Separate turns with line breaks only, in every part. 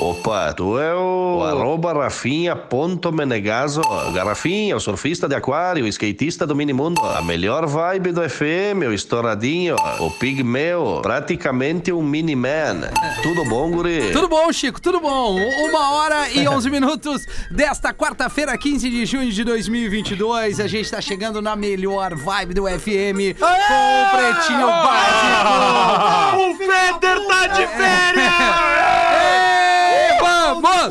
Opa, tu é o, o arroba Rafinha ponto Menegazo. Garrafinha, o surfista de aquário, o skatista do minimundo. A melhor vibe do FM, o estouradinho, o pigmeu, praticamente um mini-man. Tudo bom, guri?
Tudo bom, Chico, tudo bom. Uma hora e onze minutos desta quarta-feira, 15 de junho de 2022. A gente tá chegando na melhor vibe do FM com o Pretinho Básico.
O Feder tá de férias!
vamos,
vamos,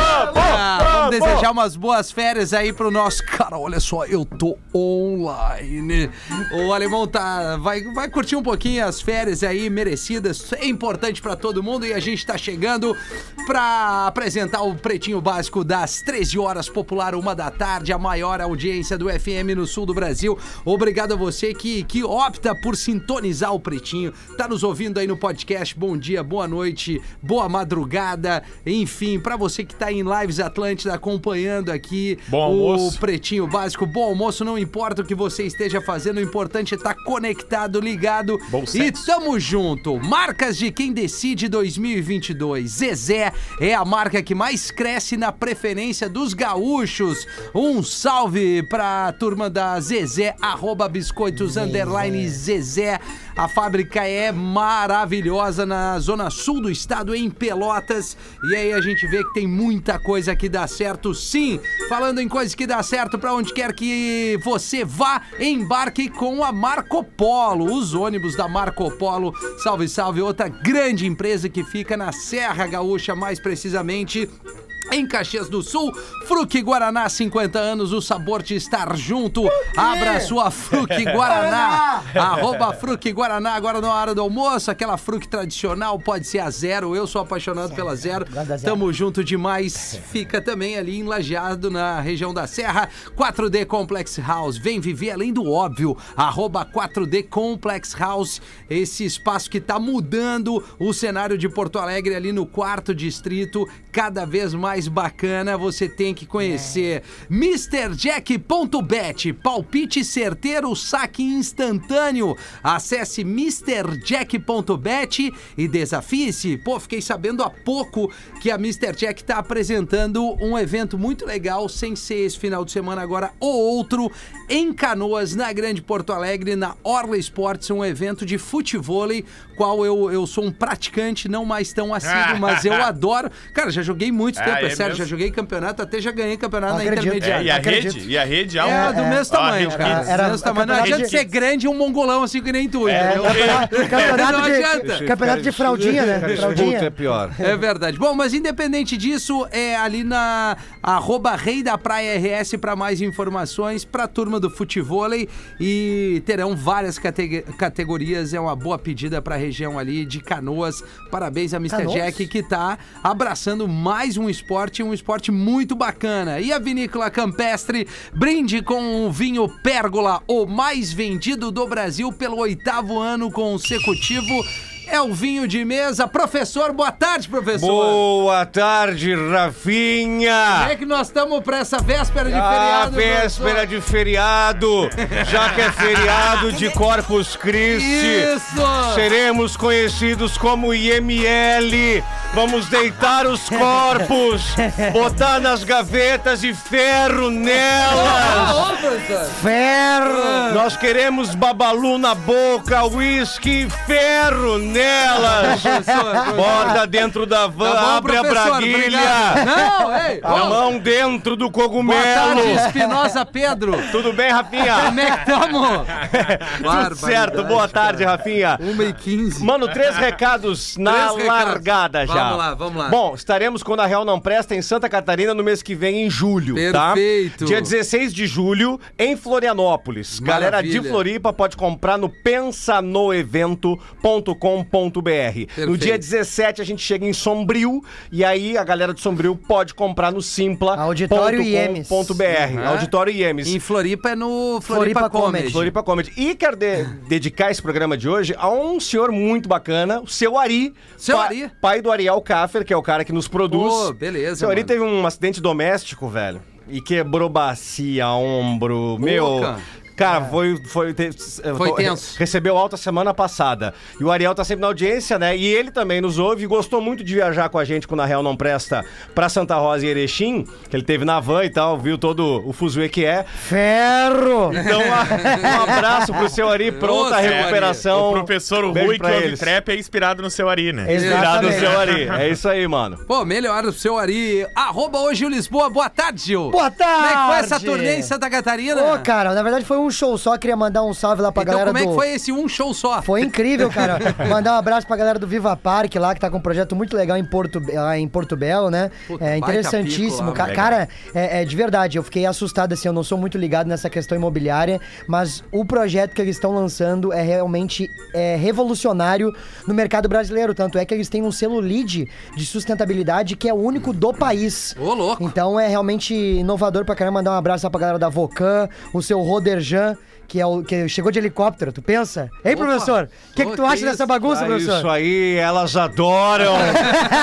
Ah, vamos desejar umas boas férias aí pro nosso cara. Olha só, eu tô online. O alemão tá vai vai curtir um pouquinho as férias aí merecidas. É importante pra todo mundo e a gente tá chegando pra apresentar o Pretinho Básico das 13 horas popular uma da tarde, a maior audiência do FM no sul do Brasil. Obrigado a você que que opta por sintonizar o Pretinho. Tá nos ouvindo aí no podcast. Bom dia, boa noite, boa madrugada, enfim, pra você que tá em lives Atlântida acompanhando aqui
Bom almoço.
o Pretinho Básico. Bom almoço, não importa o que você esteja fazendo, o importante é estar conectado, ligado.
Bom
e
sexo.
tamo junto. Marcas de quem decide 2022. Zezé é a marca que mais cresce na preferência dos gaúchos. Um salve pra turma da Zezé, arroba biscoitos, underline Zezé. A fábrica é maravilhosa na zona sul do estado, em Pelotas. E aí a gente vê que tem muita coisa que dá certo, sim. Falando em coisas que dá certo, pra onde quer que você vá, embarque com a Marco Polo. Os ônibus da Marco Polo, salve, salve, outra grande empresa que fica na Serra Gaúcha, mais precisamente. Em Caxias do Sul, Fruque Guaraná, 50 anos, o sabor de estar junto. Abra sua Fruque Guaraná. Arroba Fruque Guaraná, agora na hora do almoço. Aquela Fruque tradicional pode ser a zero. Eu sou apaixonado pela zero.
Gosto da Zero.
Tamo junto demais. Fica também ali em Lajeado, na região da Serra. 4D Complex House. Vem viver além do óbvio. Arroba 4D Complex House. Esse espaço que tá mudando o cenário de Porto Alegre ali no quarto distrito. Cada vez mais bacana. Você tem que
É.
conhecer. MrJack.bet. Palpite certeiro, saque instantâneo. Acesse MrJack.bet e desafie-se. Pô, fiquei sabendo há pouco que a Mr. Jack tá apresentando um evento muito legal, sem ser esse final de semana agora ou outro, em Canoas, na Grande Porto Alegre, na Orla Esportes, um evento de futevôlei, qual eu, eu sou um praticante, não mais tão assíduo, mas eu adoro. Cara, já joguei muito
Ah,
tempo, é,
é
sério, já
mesmo?
joguei campeonato, até já ganhei campeonato na
Acredito.
intermediária.
É, e a
Acredito.
rede? E a rede? há um-
É, do mesmo
Ah,
tamanho,
Rede
cara. do mesmo
Kids.
Era-
tamanho. Não
campeonato
adianta
de
ser grande e um mongolão assim que nem tu.
É,
entendeu?
campeonato,
Não
campeonato,
adianta.
de, campeonato de fraldinha, né? Fraldinha.
pior.
É verdade. Bom, mas independente disso, é ali na arroba Rei da Praia RS para mais informações para a turma do futevôlei e terão várias cate- categorias. É uma boa pedida para a região ali de Canoas. Parabéns a Mr.
Canoas?
Jack que tá abraçando mais um esporte, um esporte muito bacana. E a Vinícola Campestre brinde com o vinho Pérgola, o mais vendido do Brasil pelo oitavo ano consecutivo. É o vinho de mesa. Professor, boa tarde, professor.
é Boa tarde,
Como
Rafinha!
é que nós estamos para essa véspera de
A
feriado?
Ah, véspera de feriado, já que é feriado de Corpus Christi,
Isso!
seremos conhecidos como IML. Vamos deitar os corpos, botar nas gavetas e ferro nelas.
Ah, ô, professor.
Ferro! Nós queremos babalu na boca, uísque e ferro nelas. Borda dentro da van,
Tá bom,
abre a
professor, obrigado.
braguilha.
Não, ei!
A
ô,
mão dentro do
boa
cogumelo.
tarde, Espinosa Pedro.
Tudo bem,
Como
Rafinha?
é que estamos?
Tudo certo, boa tarde, Rafinha.
1 e 15
Mano, três recados na
Três recados.
largada já.
Vamos lá, vamos lá.
Bom, estaremos quando a Real Não Presta em Santa Catarina no mês que vem, em julho, tá?
Perfeito.
Dia 16 de julho, em Florianópolis. Galera de
Maravilha.
Floripa pode comprar no pensanoevento.com.br. No dia 17 a gente chega em Sombrio e aí a galera de Sombrio pode comprar no Simpla.
Auditório Iemes.
.com.br.
Aham.
Auditório Iemes.
Em Floripa é no Floripa,
Floripa
Comedy.
Comedy.
Floripa Comedy. E quero de- dedicar esse programa de hoje a um senhor muito bacana, o seu Ari.
Seu Ari?
Pai do Ariel Kaffer, que é o cara que nos produz.
Pô, beleza,
Seu Ari
mano.
teve um acidente doméstico, velho. E quebrou bacia, ombro. meu.
cara.
Cara, foi, foi, te- eh,
Foi tenso.
Recebeu alta semana passada. E o Ariel tá sempre na audiência, né? E ele também nos ouve e gostou muito de viajar com a gente, quando a Real não presta, pra Santa Rosa e Erechim. Que ele teve na van e tal, viu todo o fuzuê que é.
Ferro!
Então, a- um abraço pro seu Ari, pronta
Ô, seu
recuperação.
o professor
Beijo
Rui que
pra
ouve
eles.
trap é inspirado no seu Ari, né?
É
Inspirado no
Exatamente.
seu Ari. É isso aí, mano.
Pô, melhor o seu Ari. Arroba hoje o Lisboa. Boa tarde, Gil.
Boa
Como é que foi essa
tarde.
turnê em Santa Catarina?
Ô, cara, na verdade foi um show só, queria mandar um salve lá pra
É. então
galera
como é
do...
que foi esse um show só?
Foi incrível, cara. Mandar um abraço pra galera do Viva Parque lá, que tá com um projeto muito legal em Porto, lá em Porto Belo, né?
Puta,
é
baita
interessantíssimo.
pico lá,
Ca-
mano.
cara, é, é de verdade, eu fiquei assustado, assim, eu não sou muito ligado nessa questão imobiliária, mas o projeto que eles estão lançando é realmente é, revolucionário no mercado brasileiro. Tanto é que eles têm um selo lead de sustentabilidade que é o único do país.
Ô, louco.
Então é realmente inovador pra caramba mandar um abraço lá pra galera da Vocan, o seu Roderjan, que é o que chegou de helicóptero, tu pensa? Ei,
Opa!
professor, o que,
Ô,
que tu
que
acha
isso?
dessa bagunça,
Ah,
professor?
isso aí, elas adoram.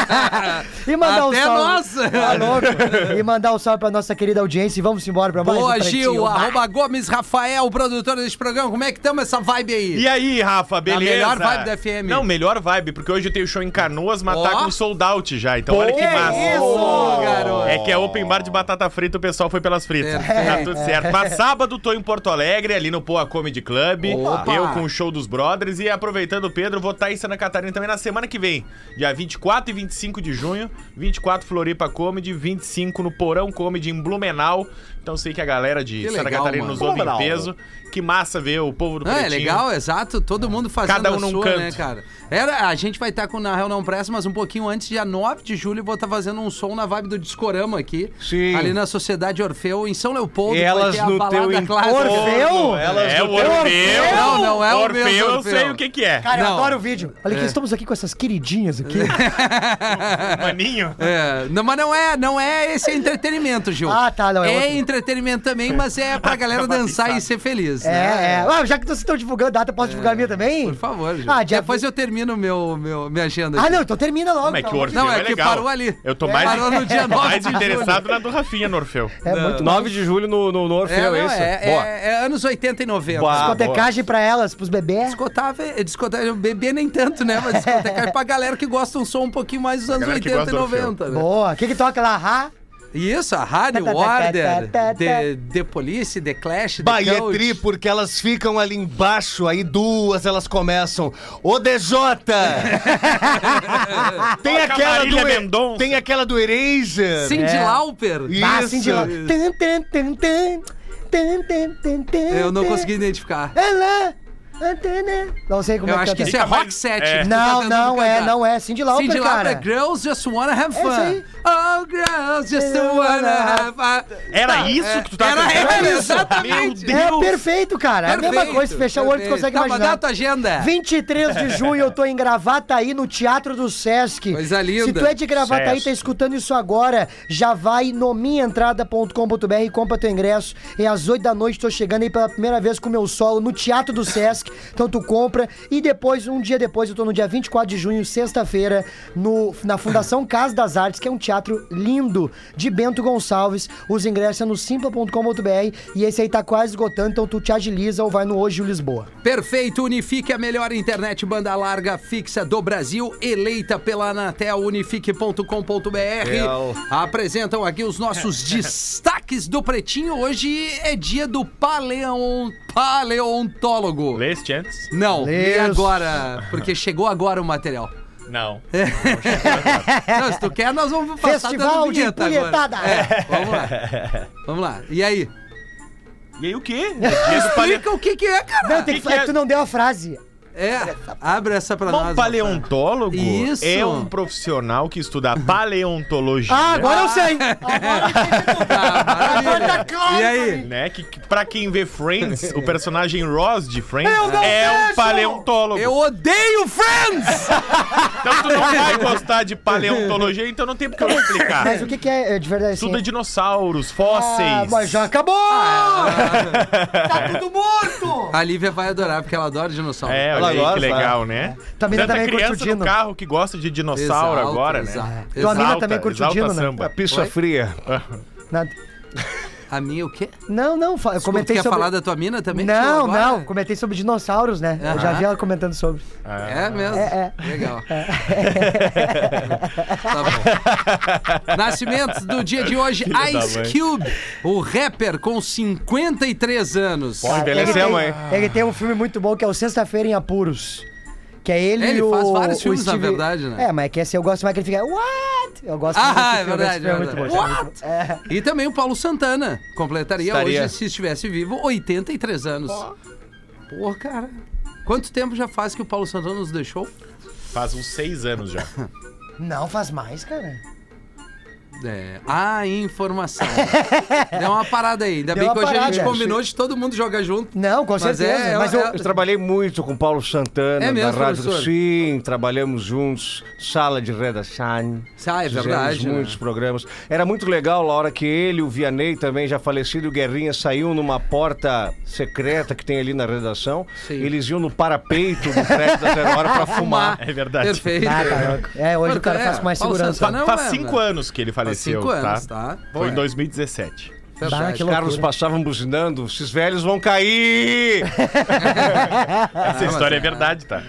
E mandar um
Até
salve.
nós.
Tá louco? E mandar um salve pra nossa querida audiência e vamos embora pra mais
Boa,
um Pretinho
Gil.
Básico.
Arroba Gomes Rafael, produtor desse programa. Como é que estamos essa vibe aí?
E aí, Rafa, beleza?
melhor vibe da FM.
Não, melhor vibe, porque hoje eu tenho show em Canoas, mas
Ó.
tá com sold out já. Então olha que
que
massa.
isso, garoto.
É que é open bar de batata frita, o pessoal foi pelas fritas. Tá tudo certo. Mas sábado tô em Porto Alegre, ali no Poa Comedy Club.
Opa.
Eu com o show dos brothers. E aproveitando o Pedro, vou estar em Santa Catarina também na semana que vem. Dia 24 e 25 de junho. 24 Floripa Comedy, 25 no Porão Comedy em Blumenau. Então sei que a galera de
Que
Santa
legal,
Catarina
mano.
nos ouve em
Blumenau.
peso. Que massa ver o povo do
Ah, é
Pretinho.
legal, exato. Todo mundo fazendo
Cada um
a
num
sua,
canto.
né, cara? Era, a gente vai estar com Na Real Não Presta, mas um pouquinho antes, dia 9 de julho, eu vou estar fazendo um som na vibe do Discorama aqui.
Sim.
Ali na Sociedade Orfeu, em São Leopoldo.
E elas
que vai ter a
no teu
balada clássica.
entorno,
Orfeu?
Elas
é
no
o
teu-
Orfeu.
Não, não é o
Orfeu.
mesmo
eu
Orfeu.
sei o que que é.
Cara, eu
Não. É.
adoro o vídeo. Olha aqui, estamos aqui com essas queridinhas aqui.
Maninho.
É, não, mas não é, não é esse entretenimento, Gil.
Ah, tá, não, é
é
outro.
entretenimento também, mas é pra galera dançar e ser feliz. né?
é, é. Ah, já que vocês estão divulgando data, posso divulgar a minha também?
É. Por favor, Gil.
Ah, dia
Depois eu termino meu, meu, minha agenda.
Ah,
aqui.
não, então termina logo.
Como é que
então.
o Orfeu
Não, é
é,
que
legal.
parou ali.
Eu tô
É,
mais,
parou no dia nove
mais
de julho.
interessado na do Rafinha no Orfeu.
É muito
9 de julho no, no, no
É,
Orfeu,
não,
é, isso?
é,
Boa.
é- é anos 80 e 90.
Boa.
Discotecagem pra elas, pros bebês.
Discotável, é discotável, bebê nem tanto, né? Mas discotecagem pra galera que gosta um som um pouquinho mais dos anos
Galera que
80 e
gosta do
90, né?
Boa. O que que toca lá? Ha?
Isso, a Rádio
Tá, tá, tá,
Order,
tá, tá, tá.
The, The Police, The Clash, The
Bah, e é
Cult.
tri, porque elas ficam ali embaixo, aí duas elas começam. Ô DJ! tem,
Toca
aquela do,
Marília Mendonça.
tem aquela do Eraser.
Cindy
É.
Lauper.
Isso.
Ah, assim de lá. Tan, tan, tan, tan. Tan, tan, tan, tan,
Eu não
tan.
consegui identificar.
Ela, antena. Não sei como
Eu
é
acho que
que
isso é
Fica mais-
Rock 7.
é.
Não, não é, não é. Cindy Lauper,
Cindy Lauper,
cara.
Girls Just Wanna Have
É isso
Fun.
aí.
Oh, Girls Just Wanna Have Fun. Tá, é,
Era isso que tu tava
Era,
pensando?
era
Meu
exatamente.
Deus.
É perfeito, cara. é a mesma
Perfeito,
coisa, se fechar o olho, tu
perfeito.
consegue
Tá, mas
imaginar.
dá a tua agenda.
23 de junho, eu tô em Gravataí, no Teatro do Sesc.
Coisa linda.
Se tu é de Gravataí,
Sesc.
tá escutando isso agora, já vai no minhaentrada.com.br e compra teu ingresso. É às 8 da noite, tô chegando aí pela primeira vez com o meu solo no Teatro do Sesc. Então tu compra. E depois, um dia depois, eu tô no dia 24 de junho, sexta-feira, no- na Fundação Casa das Artes, que é um teatro lindo, de Bento Gonçalves. Os ingressos é no simpla.com.br e esse aí tá quase esgotando, então tu te agiliza ou vai no Hoje o Lisboa.
Perfeito, Unifique, a melhor internet banda larga fixa do Brasil, eleita pela Anatel, unifique.com.br. Apresentam aqui os nossos destaques do Pretinho. Hoje é dia do paleon... paleontólogo.
Lê esse antes?
Não, lê
Lê os-
agora, porque chegou agora o material.
Não.
Não, se tu quer, nós vamos passar
É. Festival
dando
de
vinheta agora.
punhetada.
É, vamos lá. Vamos lá. E aí?
E aí o quê?
Explica o que que é, cara.
Não, tem que,
Que
Ah,
falar
que é?
que tu não deu a frase.
É, abre essa pra
Mas
nós.
um paleontólogo
Isso.
é um profissional que estuda paleontologia.
Ah, agora eu sei!
Rafael.
Agora tá claro
e
pra
aí?
Né? Que, que pra quem vê Friends, o personagem Ross de Friends
Eu não
é um
vejo!
paleontólogo.
Eu odeio Friends!
Então tu não vai gostar de paleontologia, então não tem porque eu explicar.
Mas o que, que é é de verdade assim?
Estuda dinossauros, fósseis.
Ah, mas já acabou!
Ah,
tá tudo morto!
A Lívia vai adorar, porque ela adora dinossauro.
É,
Ela
olha aí
gosta,
que legal, né?
Tua mina
Tanta
também curte o
criança no
Dino.
carro que gosta de dinossauro
Exalta,
agora, né?
exalta.
Tua mina
Exalta,
também curte o
exalta
Dino, né?
samba.
Pista fria.
Nada.
A minha o quê?
Não, não, fa- eu
Como tu
comentei
quer
sobre...
falar da tua mina também?
Não,
Agora?
não, comentei sobre dinossauros, né? Eu já
Aham.
vi ela comentando sobre.
É mesmo?
É,
Legal. tá bom. Nascimentos do dia de hoje, Ice Cube, o rapper com 53 anos.
Pode.
envelhecemos,
ele tem, Ele tem um filme muito bom que é o Sexta-feira em Apuros. Que é ele,
Ele
e o.
faz vários
o
filmes, na verdade, né?
É, mas é que esse eu gosto mais que ele fica. What? Eu gosto
Ah,
muito desse
é
filme,
verdade,
esse filme
é
muito bom.
verdade.
esse filme é muito bom. É.
E também o Paulo Santana, completaria
Estaria.
hoje, se estivesse vivo, 83 anos. Pô, cara. Quanto tempo já faz que o Paulo Santana nos deixou?
Faz uns seis anos já.
Não faz mais, cara.
É, a informação. Deu uma parada aí. Ainda
Deu
bem
uma
que hoje a
parada,
gente
achei.
combinou de todo mundo jogar junto.
Não, com
Mas
certeza.
é-
mas eu,
é-
Eu trabalhei muito com Paulo Santana
É mesmo,
da Rádio
professor?
Sim, trabalhamos juntos, sala de redação.
Ah, é
Fizemos
verdade, né?
muitos programas. Era muito legal a hora que ele, o Vianney também já falecido, e o Guerrinha saiu numa porta secreta que tem ali na redação.
Sim.
Eles iam no parapeito do prédio da Zero Hora pra fumar.
É verdade.
Perfeito.
Ah, tá louco. É, hoje o cara faz com mais
Paulo
segurança.
Santana é um-
Faz
é,
cinco
né?
anos que ele faleceu,
cinco anos,
tá?
tá.
Foi
É.
em 2017.
Bah, que
Os caras
loucura.
passavam buzinando, esses velhos vão cair!
Essa
mas
história é
é-
verdade, tá?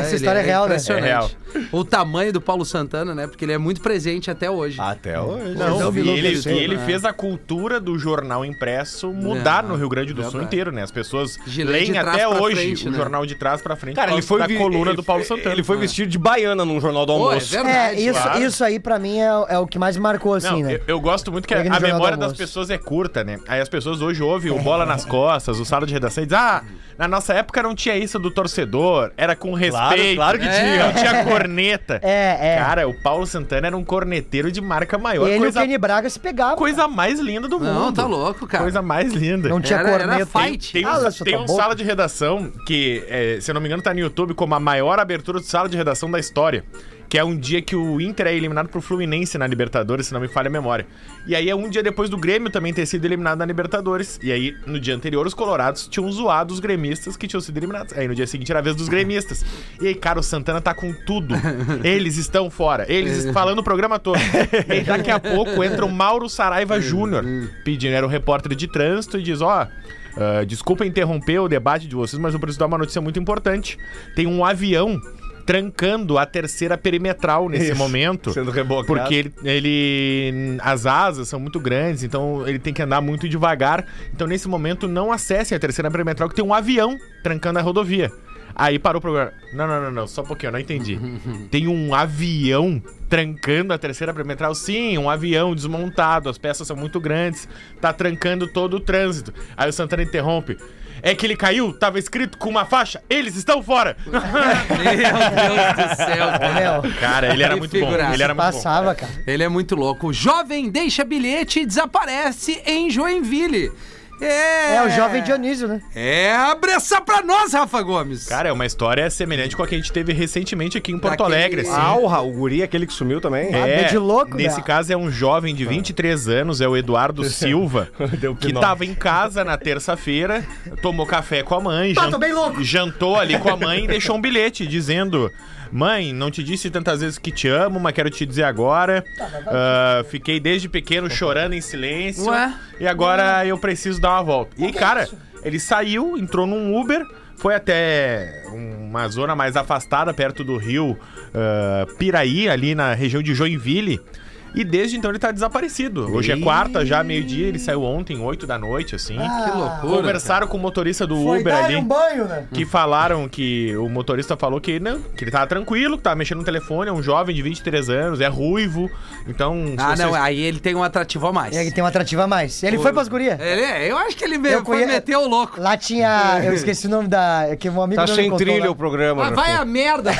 Essa história é real, né?
impressionante.
É real.
O tamanho do Paulo Santana, né? Porque ele é muito presente até hoje.
Ah,
Até hoje.
Não,
Não,
vi
e
louco
ele,
isso,
e ele
né?
fez a cultura do jornal impresso mudar
É,
no Rio Grande do Sul
verdade.
inteiro, né? As pessoas
Gilete de
leem
trás
até
pra
hoje
frente,
o
né?
jornal de trás pra frente
Cara,
por
ele foi
causa
vi-
da coluna
ele-
do Paulo Santana.
Ele foi vestido de baiana num jornal do
É. Pô, é
almoço.
É,
verdade.
isso,
claro.
isso aí pra mim é, é o que mais marcou, assim,
Não,
né?
eu, eu gosto muito que a,
Pega no
a
Jornal do
memória das
Almoço.
pessoas é curta, né? Aí as pessoas hoje ouvem o bola nas costas, o sala de redação e dizem: Ah, na nossa época não tinha isso do torcedor, era com
Claro,
respeito. né?
claro que tinha.
Não tinha corneta.
É, é.
Cara, o Paulo Santana era um corneteiro de marca maior.
Ele e
coisa,
o Kenny Braga se pegavam.
coisa mais linda do mundo.
Não, tá louco, cara.
Coisa mais linda.
Não tinha
Era- era
corneta. Ah,
fight.
Tem, um-
Cala sua
tem
tua
um
boca.
sala de redação que, é, se eu não me engano, tá no YouTube como a maior abertura de sala de redação da história. Que é um dia que o Inter é eliminado pro Fluminense na Libertadores, se não me falha a memória. E aí é um dia depois do Grêmio também ter sido eliminado na Libertadores. E aí, no dia anterior, os colorados tinham zoado os gremistas que tinham sido eliminados. Aí no dia seguinte era a vez dos gremistas. E aí, cara, o Santana tá com tudo. Eles estão fora. Eles est- falando o programa todo. E aí, daqui a pouco entra o Mauro Saraiva Júnior pedindo, era o repórter de trânsito, e diz, ó... Ah, desculpa interromper o debate de vocês, mas eu preciso dar uma notícia muito importante. Tem um avião trancando a terceira perimetral nesse
Isso.
momento.
Sendo rebocado.
Porque ele, ele- As asas são muito grandes, então ele tem que andar muito devagar. Então, nesse momento, não acessem a terceira perimetral, que tem um avião trancando a rodovia. Aí parou o programa. Não, não, não, não, só um pouquinho, eu não entendi. Tem um avião trancando a terceira perimetral? Sim, um avião desmontado, as peças são muito grandes, tá trancando todo o trânsito. Aí o Santana interrompe. É que ele caiu, tava escrito com uma faixa, eles estão fora!
Meu Deus do céu, cara.
Meu,
Cara, ele era
Que
muito bom.
figuraça.
Ele era muito bom.
passava, cara.
Ele é muito louco. Jovem deixa bilhete e desaparece em Joinville. É.
É, o jovem Dionísio, né?
É, abre essa pra nós, Rafa Gomes.
Cara, é uma história semelhante com a que a gente teve recentemente aqui em Porto
Daquele-
Alegre, assim.
Alra, Ah, o guri aquele que sumiu também. É.
tá
Ah, bem de louco,
nesse
né?
caso é um jovem de 23 anos, é o Eduardo Silva,
Deu
que
pinóquio.
estava em casa na terça-feira, tomou café com a mãe,
Tá,
jan-
tô bem louco.
jantou ali com a mãe e deixou um bilhete dizendo: Mãe, não te disse tantas vezes que te amo, mas quero te dizer agora.
Tá,
Ah, fiquei desde pequeno chorando em silêncio
Ué?
e agora eu preciso dar uma volta. E, cara, ele saiu, entrou num Uber, foi até uma zona mais afastada, perto do rio ah, Piraí, ali na região de Joinville. E desde então ele tá desaparecido. Hoje é quarta, já meio-dia, ele saiu ontem, 8 da noite, assim.
Que loucura.
Conversaram com o motorista do
Ah, Foi
Uber
dar
ali.
um banho, né?
Que falaram que o motorista falou que não, que ele tava tranquilo, que tava mexendo no telefone, é um jovem de 23 anos, é ruivo. Então, se
Ah,
você-
não, aí ele tem um atrativo a mais.
Ele tem um atrativo a mais. Ele foi pras gurias.
Ele é, eu acho que ele me,
Eu
foi
conhe-
meter o louco.
Lá tinha. Eu esqueci o nome da. é Que um amigo
Tá
meu me
sem
contou
trilha
lá.
o programa. né?
Ah, vai
Rafinha.
a merda.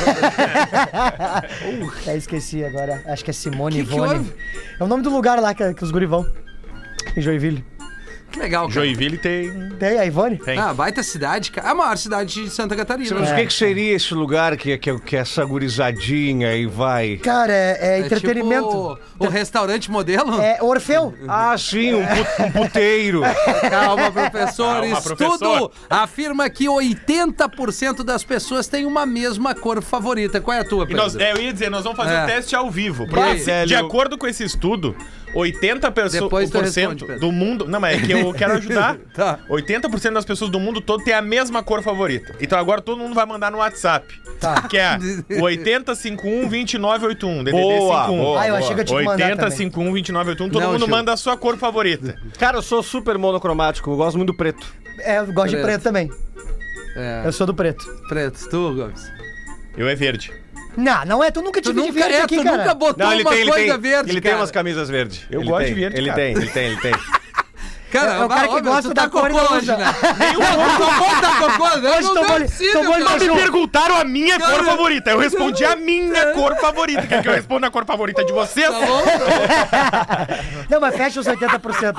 Ah, esqueci agora. Acho que é Simone
Que que
Ivone.
houve?
É o nome do lugar lá que, que os guris vão. Em Joinville.
que legal, cara.
Joinville tem.
Tem a Ivone?
tem.
Ah, baita cidade, cara. A maior cidade de Santa Catarina.
Mas o
né?
que, que seria esse lugar que, que, que essa gurizadinha aí vai?
Cara, é,
É
é entretenimento.
tipo o, o restaurante modelo?
É Orfeu.
Ah, sim, um, put- um puteiro.
Calma, professor.
Calma,
Estudo
professor.
afirma que 80% das pessoas têm uma mesma cor favorita. Qual é a tua,
E
Pedro?
nós, é, eu ia dizer, nós vamos fazer
É.
um teste ao vivo. Porque,
Vai,
se- de
velho.
acordo com esse estudo, 80%
Depois tu
por
responde,
cento
Pedro.
do mundo. Não, mas é que eu quero ajudar.
Tá.
80% das pessoas do mundo todo tem a mesma cor favorita. Então agora todo mundo vai mandar no WhatsApp.
Tá.
Que é 80512981. DDD
Boa,
51.
boa,
Ah, eu achei que eu tinha que mandar também.
80512981. Todo
Não,
mundo
Gil.
manda a sua cor favorita.
Cara, eu sou super monocromático, eu gosto muito do preto.
É, eu gosto de
Preto.
preto também.
É,
Eu sou do preto.
preto, tu, Gomes.
Eu é verde.
Não, não é. Tu nunca te
Tu
viu de
nunca,
verde
é,
aqui,
tu
cara.
nunca botou uma coisa verde,
ele
cara.
tem umas camisas verdes.
Eu gosto
tem,
de verde,
Ele
cara.
tem, ele tem, ele tem.
Cara,
É o cara
vai,
que
ô, meu,
gosta
tu
da
tá
cor e não
cocô hoje,
usa.
né? Nenhum cocô tá cocô, né?
Hoje
Não,
tomou
não é
ali-
possível,
tomou ali
cara.
no
Me perguntaram a minha
Cara,
cor favorita. Eu respondi a minha cor favorita. Quer que eu responda a cor favorita de vocês?
Tá louco?
Não, mas fecha os 80%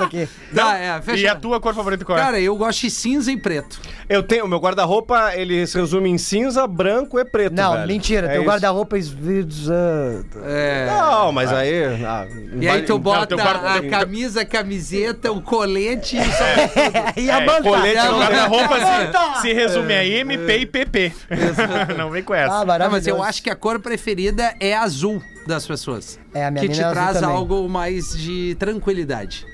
aqui.
Tá, é,
E a
fecha.
tua cor favorita qual é?
Cara, eu gosto de cinza e preto.
Eu tenho, meu guarda-roupa, ele se resume em cinza, branco e preto,
Não,
velho.
mentira.
É
teu
isso.
guarda-roupa esvisa-
É.
Não, mas aí... ah,
E aí tu bota
teu quarto-
a camisa, a camiseta, o colete e só...
E a
É,
banda.
colete,
Não,
guarda-roupa
não.
assim, se, se resume a MP e PP. Não vem com
Ah,
essa.
Não,
maravilhoso.
mas eu acho que a cor preferida é azul das pessoas.
É, a minha
Que
mina
te
é azul
traz
também.
algo mais de tranquilidade.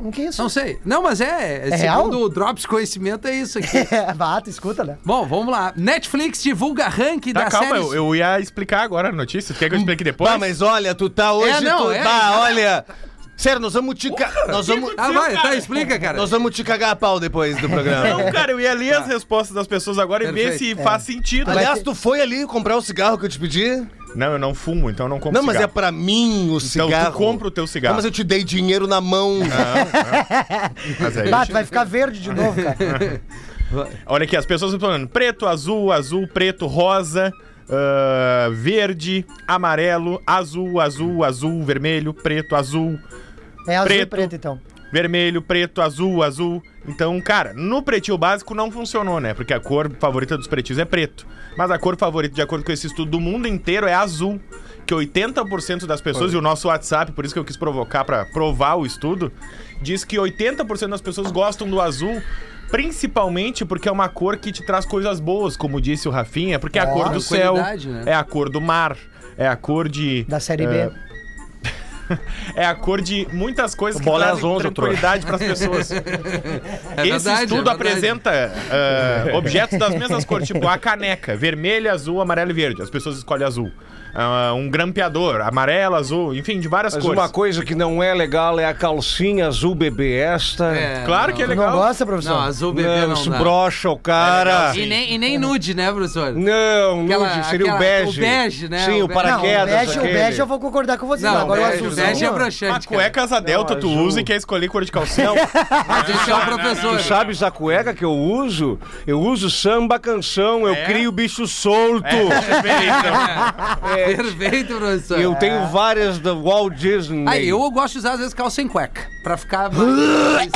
O que é isso?
Não sei. Não, mas é. segundo
real?
o Drops Conhecimento, é isso aqui.
Bata, escuta, né?
Bom, vamos lá. Netflix divulga ranking
Tá,
das
calma,
séries.
eu, eu ia explicar agora a notícia. Quer que eu explique depois?
Pá, mas olha, tu tá hoje...
É, não,
tu,
é.
Bah, olha... Sério, nós vamos te... ca- Nós vamos...
Ah, vai,
cara.
tá, explica, cara.
Nós vamos te cagar a pau depois do programa.
Não, cara, eu ia ler as respostas das pessoas agora e ver
Perfeito, É.
se faz sentido. né?
Aliás, tu foi ali comprar o cigarro que eu te pedi?
Não, eu não fumo, então eu não compro
não, mas é
cigarro.
pra mim o
Então
cigarro.
tu compra o teu
Não,
cigarro.
mas eu te dei dinheiro na mão.
Mas aí-
Bata, vai ficar verde de novo, cara.
Olha aqui, as pessoas estão falando preto, azul, azul, preto, rosa, ah, verde, amarelo, azul, azul, azul, vermelho, preto, azul,
É azul e
Preto.
preto, então.
vermelho, preto, azul, azul. Então, cara, no pretinho básico não funcionou, né? Porque a cor favorita dos pretinhos é preto. Mas a cor favorita, de acordo com esse estudo do mundo inteiro, é azul. Que 80% das pessoas, e o nosso WhatsApp, por isso que eu quis provocar pra provar o estudo, diz que 80% das pessoas gostam do azul. Principalmente porque é uma cor que te traz coisas boas, como disse o Rafinha, porque é a
Ó,
cor do céu,
tranquilidade, né?
é a cor do mar, é a cor de.
Da série B.
eh, é a cor de muitas coisas que
Bola é
trazem
às 11,
tranquilidade para as pessoas.
É
Esse
verdade,
estudo
é verdade.
apresenta ah, objetos das mesmas cores, tipo a caneca, vermelho, azul, amarelo e verde. As pessoas escolhem azul. Ah, um grampeador, amarelo, azul, enfim, de várias
Mas
cores.
uma coisa que não é legal é a calcinha azul bebê esta.
É,
Claro que é
Tu
legal.
não gosta,
Não,
professor?
azul bebê
Não,
não,
isso
dá.
brocha o cara.
E nem, e nem nude, né, professor?
Não, nude,
Aquela-
seria
aquela-
o bege.
o bege, né,
Sim,
o
o,
bege.
Não, o
paraquedas.
bege, o
aquele.
bege eu vou concordar com você.
Não,
agora
o
o
bege- o
azulzão.
bege é
ó.
Ah, a
broxante, cara.
cueca asa delta
Não,
tu
azul.
usa e quer escolher cor de calcinha.
Mas esse é o professor.
Tu sabes a cueca que eu uso? Eu uso samba canção, eu
É?
crio bicho solto.
É, Perfeito, professor.
Eu tenho várias da Walt Disney.
Aí, É. Ah, eu gosto de usar, às vezes, calça sem cueca. Pra ficar... mais-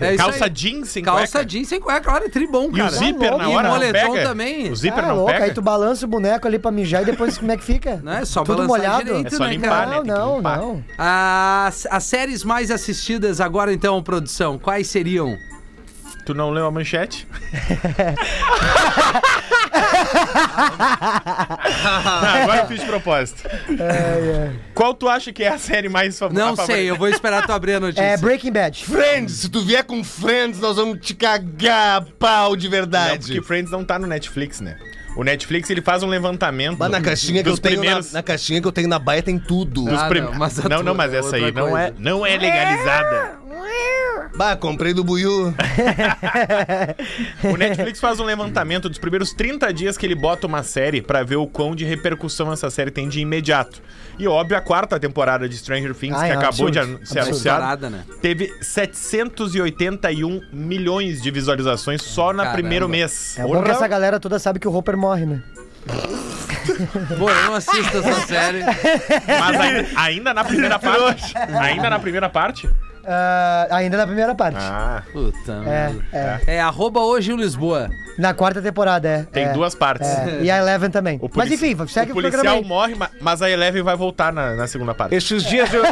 é isso
Calça
aí.
jeans sem
Calça
cueca.
jeans sem cueca, olha, é tribom,
E o
cara.
zíper na
E
hora não
moletom
pega?
também.
O
Ah,
zíper não
louco,
pega?
aí tu balança o boneco ali pra mijar e depois como é que fica?
Não é só
Tudo
balançar
molhado.
direito,
É só
né,
limpar,
cara?
né?
Não,
Tem que
não,
limpar.
não.
As, as séries mais assistidas agora, então, produção, quais seriam?
Tu não leu a manchete? Não, agora eu fiz de propósito. Qual tu acha que é a série mais famo- a
Não
favorita?
sei, eu vou esperar tu abrir a notícia.
É Breaking Bad.
Friends, se tu vier com Friends, nós vamos te cagar a pau de
Não,
verdade.
porque Friends não tá no Netflix, né? O Netflix ele faz um levantamento.
Mas na caixinha que eu
dos
tenho na,
primeiros-
na caixinha que eu tenho na baia tem tudo.
Ah,
prim-
não, mas a
não,
tua
não, mas
é
essa
outra
aí não
coisa.
é, não é legalizada.
Bah, comprei do Buiu.
é
O Netflix faz um levantamento dos primeiros 30 dias que ele bota uma série pra ver o quão de repercussão essa série tem de imediato. E óbvio, a quarta temporada de Stranger Things,
Ah,
que
é um
acabou de
absurdo.
anu- ser
Absurdo.
anunciada,
Parada, né?
teve 781 milhões de visualizações só no
Caramba.
primeiro mês.
É bom que essa galera toda sabe que o Hopper morre, né?
Pô, eu não assisto essa série.
Mas ai- ainda na primeira parte. Ainda na primeira parte?
Ah, ainda na primeira parte.
Ah,
Puta.
É,
merda.
é.
É, arroba hoje o Lisboa.
Na quarta temporada, é.
Tem
é,
duas partes.
é. E a Eleven também.
O
Mas
polici-
enfim, segue
o
o,
policial
programa aí.
morre, ma- mas a Eleven vai voltar na, na segunda parte.
Esses dias eu,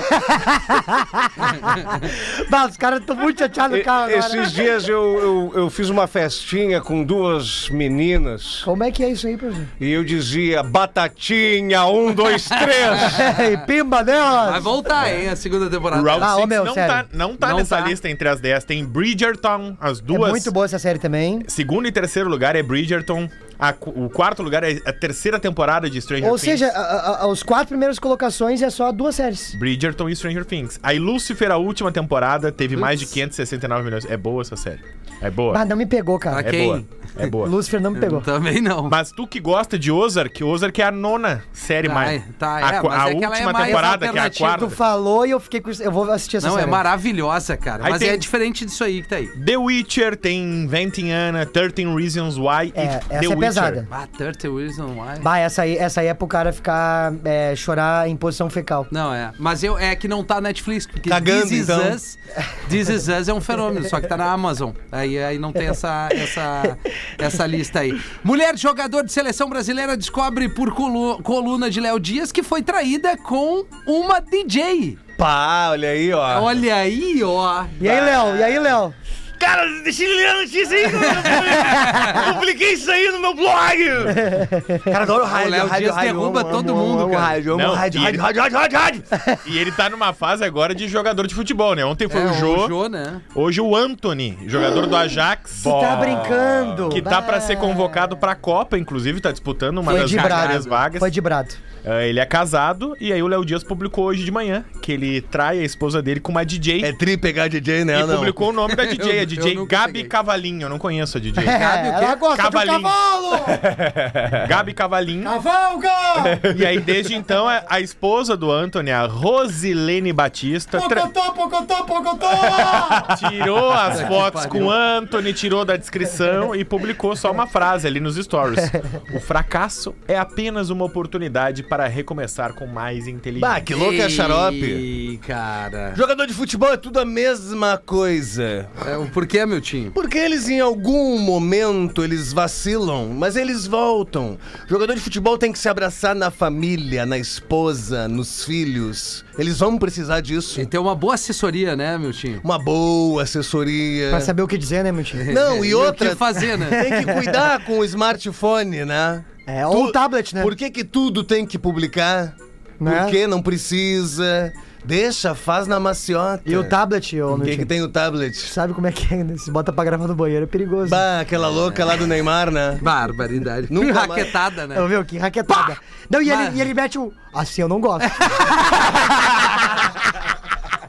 Bah, os caras estão muito chateados no carro
e-
agora.
esses dias eu, eu, eu fiz uma festinha com duas meninas
Como é que é isso aí, professor?
e eu dizia batatinha, um, dois, três.
e pimba
né,
delas!
Vai voltar, hein, a segunda temporada.
Route
Ah, ô,
Six
meu,
não,
sério.
tá, não tá
Não
nessa
tá.
lista entre as 10. Tem Bridgerton, as duas.
É muito boa essa série também.
Segundo e terceiro lugar é Bridgerton. A cu- o quarto lugar é a terceira temporada de Stranger
Ou
Things.
seja, a- a- os quatro primeiras colocações é só duas séries.
Bridgerton e Stranger Things. Aí Lucifer, a última temporada, teve mais de 569 milhões. É boa essa série. É boa.
Ah, não me pegou, cara.
Pra
é
quem?
boa. É boa.
Lucifer não me pegou.
Também não.
Mas tu que gosta de Ozark, Ozark é a nona série
Tá,
mais.
tá, é,
a, qu-
mas
a
é que ela é
última
mais
temporada, que é a
alternativa
quarta.
Tu falou e eu fiquei com isso. Eu vou assistir essa
não, é
série.
maravilhosa, cara.
Aí
Mas
tem-
é diferente disso aí que tá aí.
The Witcher tem Inventing Anna, 13 Reasons Why
É,
e
essa
The
é
Witcher.
pesada.
Ah, 30 Reasons Why.
Bah, essa aí, essa aí é pro cara ficar. é, chorar em posição fecal.
Não, é. Mas eu, é que não tá Netflix, porque
Cagando,
This Is
então.
Us- This Is Us é um fenômeno, só que tá na Amazon. Aí, aí não tem essa, essa, essa lista aí. Mulher de jogador de seleção brasileira descobre por colu- coluna de Léo Dias que foi traída com uma DJ.
Pá, olha aí, ó.
Olha aí, ó.
E aí, Léo? E aí, Léo?
Cara, deixei ler a notícia aí. Eu publiquei isso aí no meu blog. Cara, adoro
O Léo Dias derruba todo
é
mundo, cara.
Rádio,
Não,
amo rádio,
e
rádio, rádio, rádio, rádio, rádio.
E ele tá numa fase agora de jogador de futebol, né? Ontem foi
É,
o Jô.
o Jô, né?
Hoje o Anthony, jogador do Ajax.
Tu tá brincando.
Que tá pra ser
Bah.
convocado pra Copa, inclusive, tá disputando uma
Foi
das
de
várias
brado.
vagas.
Foi de brado.
Ah, ele é casado, e aí o Léo Dias publicou hoje de manhã que ele trai a esposa dele com uma DJ.
É tri pegar DJ, né?
e
não.
publicou o nome da DJ, a
Eu- eu
DJ
nunca
Gabi
peguei.
Cavalinho. Eu não conheço a DJ.
Cabe o quê?
É, ela gosta
Cavalinho.
de um cavalo!
Gabi Cavalinho.
Cavalga!
E aí, desde então, a a esposa do Anthony, a Rosilene Batista, tra-
Pocotó, pocotó, pocotó!
tirou as fotos
pariu.
com o Anthony, tirou da descrição e publicou só uma frase ali nos stories. O fracasso é apenas uma oportunidade para recomeçar com mais
Bah,
inteligência.
que louco é xarope.
Ih, cara.
Jogador de futebol é tudo a mesma coisa.
É, o porquê, meu time?
Porque eles em algum momento eles vacilam, mas eles voltam. Jogador de futebol tem que se abraçar na família, na esposa, nos filhos. Eles vão precisar disso.
Tem que ter uma boa assessoria, né, meu time?
Uma boa assessoria.
Pra saber o que dizer, né, meu tio?
Não, e
É, O que
outra,
fazer, né?
tem que cuidar com o smartphone, né?
É, ou o tablet, né?
Por que, que tudo tem que publicar?
Né?
Por que não precisa? Deixa, faz na maciota.
E o tablet, ô, meu
Quem é que
tio?
tem o tablet?
Sabe como é que é, né? Se bota pra gravar no banheiro é perigoso. né?
Bah, aquela louca lá do Neymar, né?
Barbaridade.
Nunca mais.
Raquetada, né?
Ô, meu, que raquetada. Não, e
Mas-
ele, e ele mete o. Assim eu não gosto.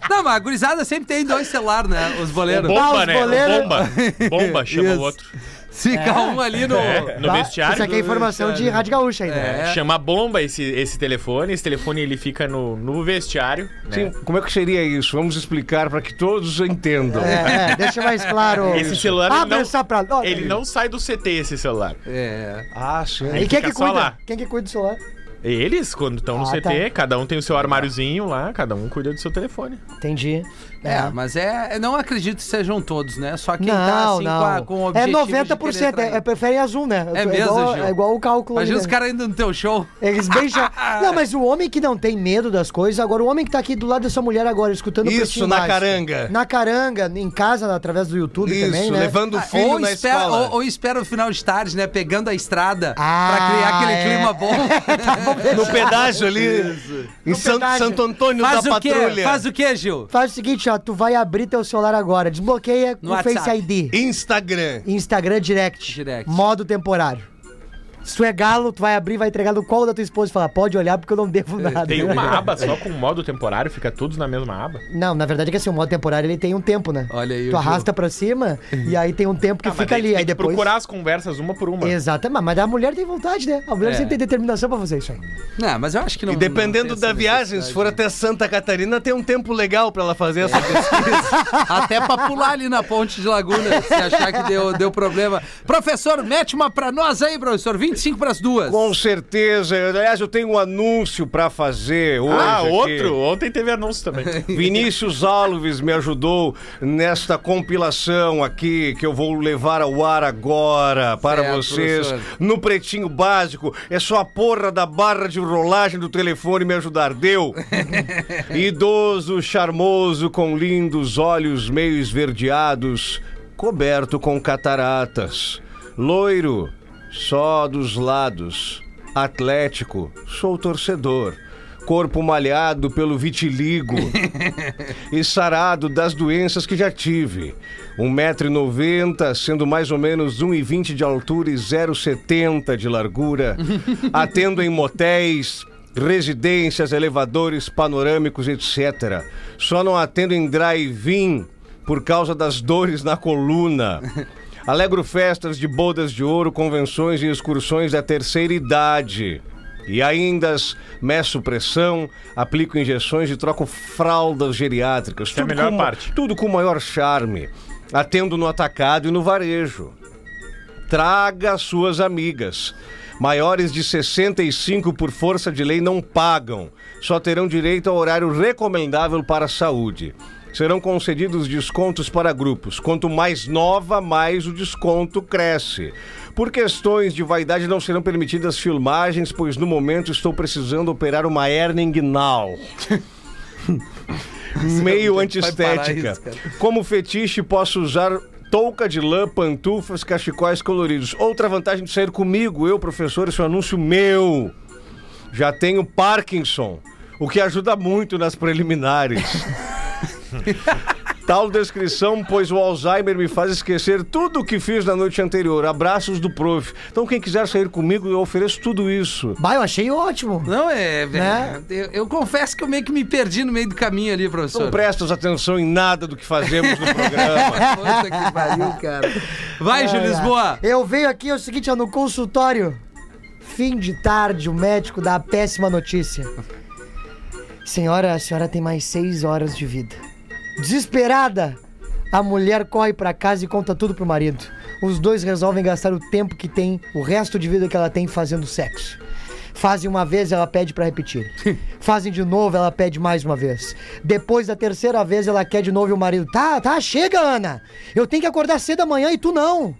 Não, mas a gurizada sempre tem dois celulares, né? Os boleiros.
bom-
Bomba,
Os
né?
goleiros-
Bomba. Bomba, chama
Isso.
o outro.
Fica um ali no.
É, no
Tá?
vestiário.
Isso aqui é informação de Rádio Gaúcha ainda.
É.
Chama bomba esse, esse telefone. Esse telefone ele fica no, no vestiário. né?
Sim, como é que seria isso? Vamos explicar para que todos entendam.
É, é, deixa mais claro.
Esse celular, ele
Abre
não-
essa pra. Olha,
Ele não sai do CT esse celular.
É.
Ah, sim.
E quem é
fica
que
só
cuida?
lá.
Quem é que cuida do celular?
Eles, quando estão no
Ah,
CT, cada um tem o seu armáriozinho lá, cada um cuida do seu telefone.
Entendi.
É, mas é. eu Não acredito que sejam todos, né? Só quem tá
não,
assim com, a,
não.
com o
é
objetivo.
90%. É, é, preferem azul, né?
É mesmo,
igual,
Gil?
é igual o cálculo. ali,
Imagina os
né?
caras indo no teu show.
Eles beijam. não, mas o homem que não tem medo das coisas, agora o homem que tá aqui do lado dessa mulher agora, escutando o
Isso,
Pretinho
na
Básico.
caranga.
Na caranga, em casa, através do YouTube
Isso,
também, né?
levando o filho
Ah, ou,
na
espera,
escola.
ou, ou espera o final de tarde, né? Pegando a estrada pra
Ah,
criar aquele
é.
clima bom.
No pedágio ali. Em San-
pedágio.
Santo Antônio
Faz
da
o quê?
Patrulha.
Faz o quê, Gil?
Faz o seguinte, ó, tu vai abrir teu celular agora, desbloqueia
No
com o Face
WhatsApp.
ID.
Instagram.
Instagram Direct.
Direct.
Modo temporário. Se tu é galo, tu vai abrir, vai entregar no colo da tua esposa e falar, pode olhar porque eu não devo nada.
Tem uma aba só com modo temporário, fica todos na mesma aba.
Não, na verdade é que assim, o modo temporário ele tem um tempo, né?
Olha aí,
Tu
o
arrasta pra cima e aí tem um tempo que
Ah, mas
fica
daí tu
ali.
tem
Aí
que
depois.
procurar as conversas uma por uma.
Exatamente, mas a mulher tem vontade, né? A mulher
É.
sempre tem determinação pra fazer isso aí.
Não, mas eu acho que não.
E dependendo
não tem
da
essa
viagem, se for
necessidade.
até Santa Catarina, tem um tempo legal pra ela fazer essa pesquisa.
Até pra pular ali na ponte de Laguna, se achar que deu, deu problema. Professor, mete uma pra nós aí, professor. 25 pras duas.
Com certeza. Eu- Aliás, eu tenho um anúncio pra fazer hoje.
Ah,
aqui.
outro? Ontem teve anúncio também.
Vinícius Alves me ajudou nesta compilação aqui que eu vou levar ao ar agora para
Certo,
vocês
professor.
no pretinho básico. É só a porra da barra de rolagem do telefone me ajudar, deu? Idoso, charmoso, com lindos olhos meio esverdeados, coberto com cataratas. Loiro, só dos lados. Atlético, sou torcedor. Corpo malhado pelo vitiligo e sarado das doenças que já tive. 1,90m, sendo mais ou menos 1,20m de altura e 0,70 de largura, atendo em motéis, residências, elevadores panorâmicos, etc. Só não atendo em drive-in por causa das dores na coluna. Alegro festas de bodas de ouro, convenções e excursões da terceira idade. E ainda meço pressão, aplico injeções e troco fraldas geriátricas.
é a melhor
com, ma-
parte.
Tudo com o maior charme. Atendo no atacado e no varejo. Traga suas amigas. Maiores de 65 por força de lei não pagam. Só terão direito ao horário recomendável para a saúde. Serão concedidos descontos para grupos. Quanto mais nova, mais o desconto cresce. Por questões de vaidade, não serão permitidas filmagens, pois no momento estou precisando operar uma hernia inguinal. Meio
parar
antiestética.
isso, cara.
Como fetiche, posso usar touca de lã, pantufas, cachecóis coloridos. Outra vantagem de sair comigo, eu, professor, isso é um anúncio meu. Já tenho Parkinson, o que ajuda muito nas preliminares. Tal descrição, pois o Alzheimer me faz esquecer tudo o que fiz na noite anterior. Abraços do prof. Então, quem quiser sair comigo, eu ofereço tudo isso.
Bah, eu achei ótimo.
Não, é, velho.
Né?
Eu, eu confesso que eu meio que me perdi no meio do caminho ali, professor.
Não prestas atenção em nada do que fazemos no programa.
Puta que pariu, cara. Vai, Gil Lisboa.
Eu venho aqui, é o seguinte, ó, no consultório. Fim de tarde, o médico dá a péssima notícia. Senhora, a senhora tem mais seis horas de vida. Desesperada, a mulher corre pra casa e conta tudo pro marido. Os dois resolvem gastar o tempo que tem, o resto de vida que ela tem fazendo sexo. Fazem uma vez, ela pede pra repetir. Fazem de novo, ela pede mais uma vez. Depois da terceira vez, ela quer de novo e o marido. Tá, tá, chega, Ana! Eu tenho que acordar cedo amanhã e tu não!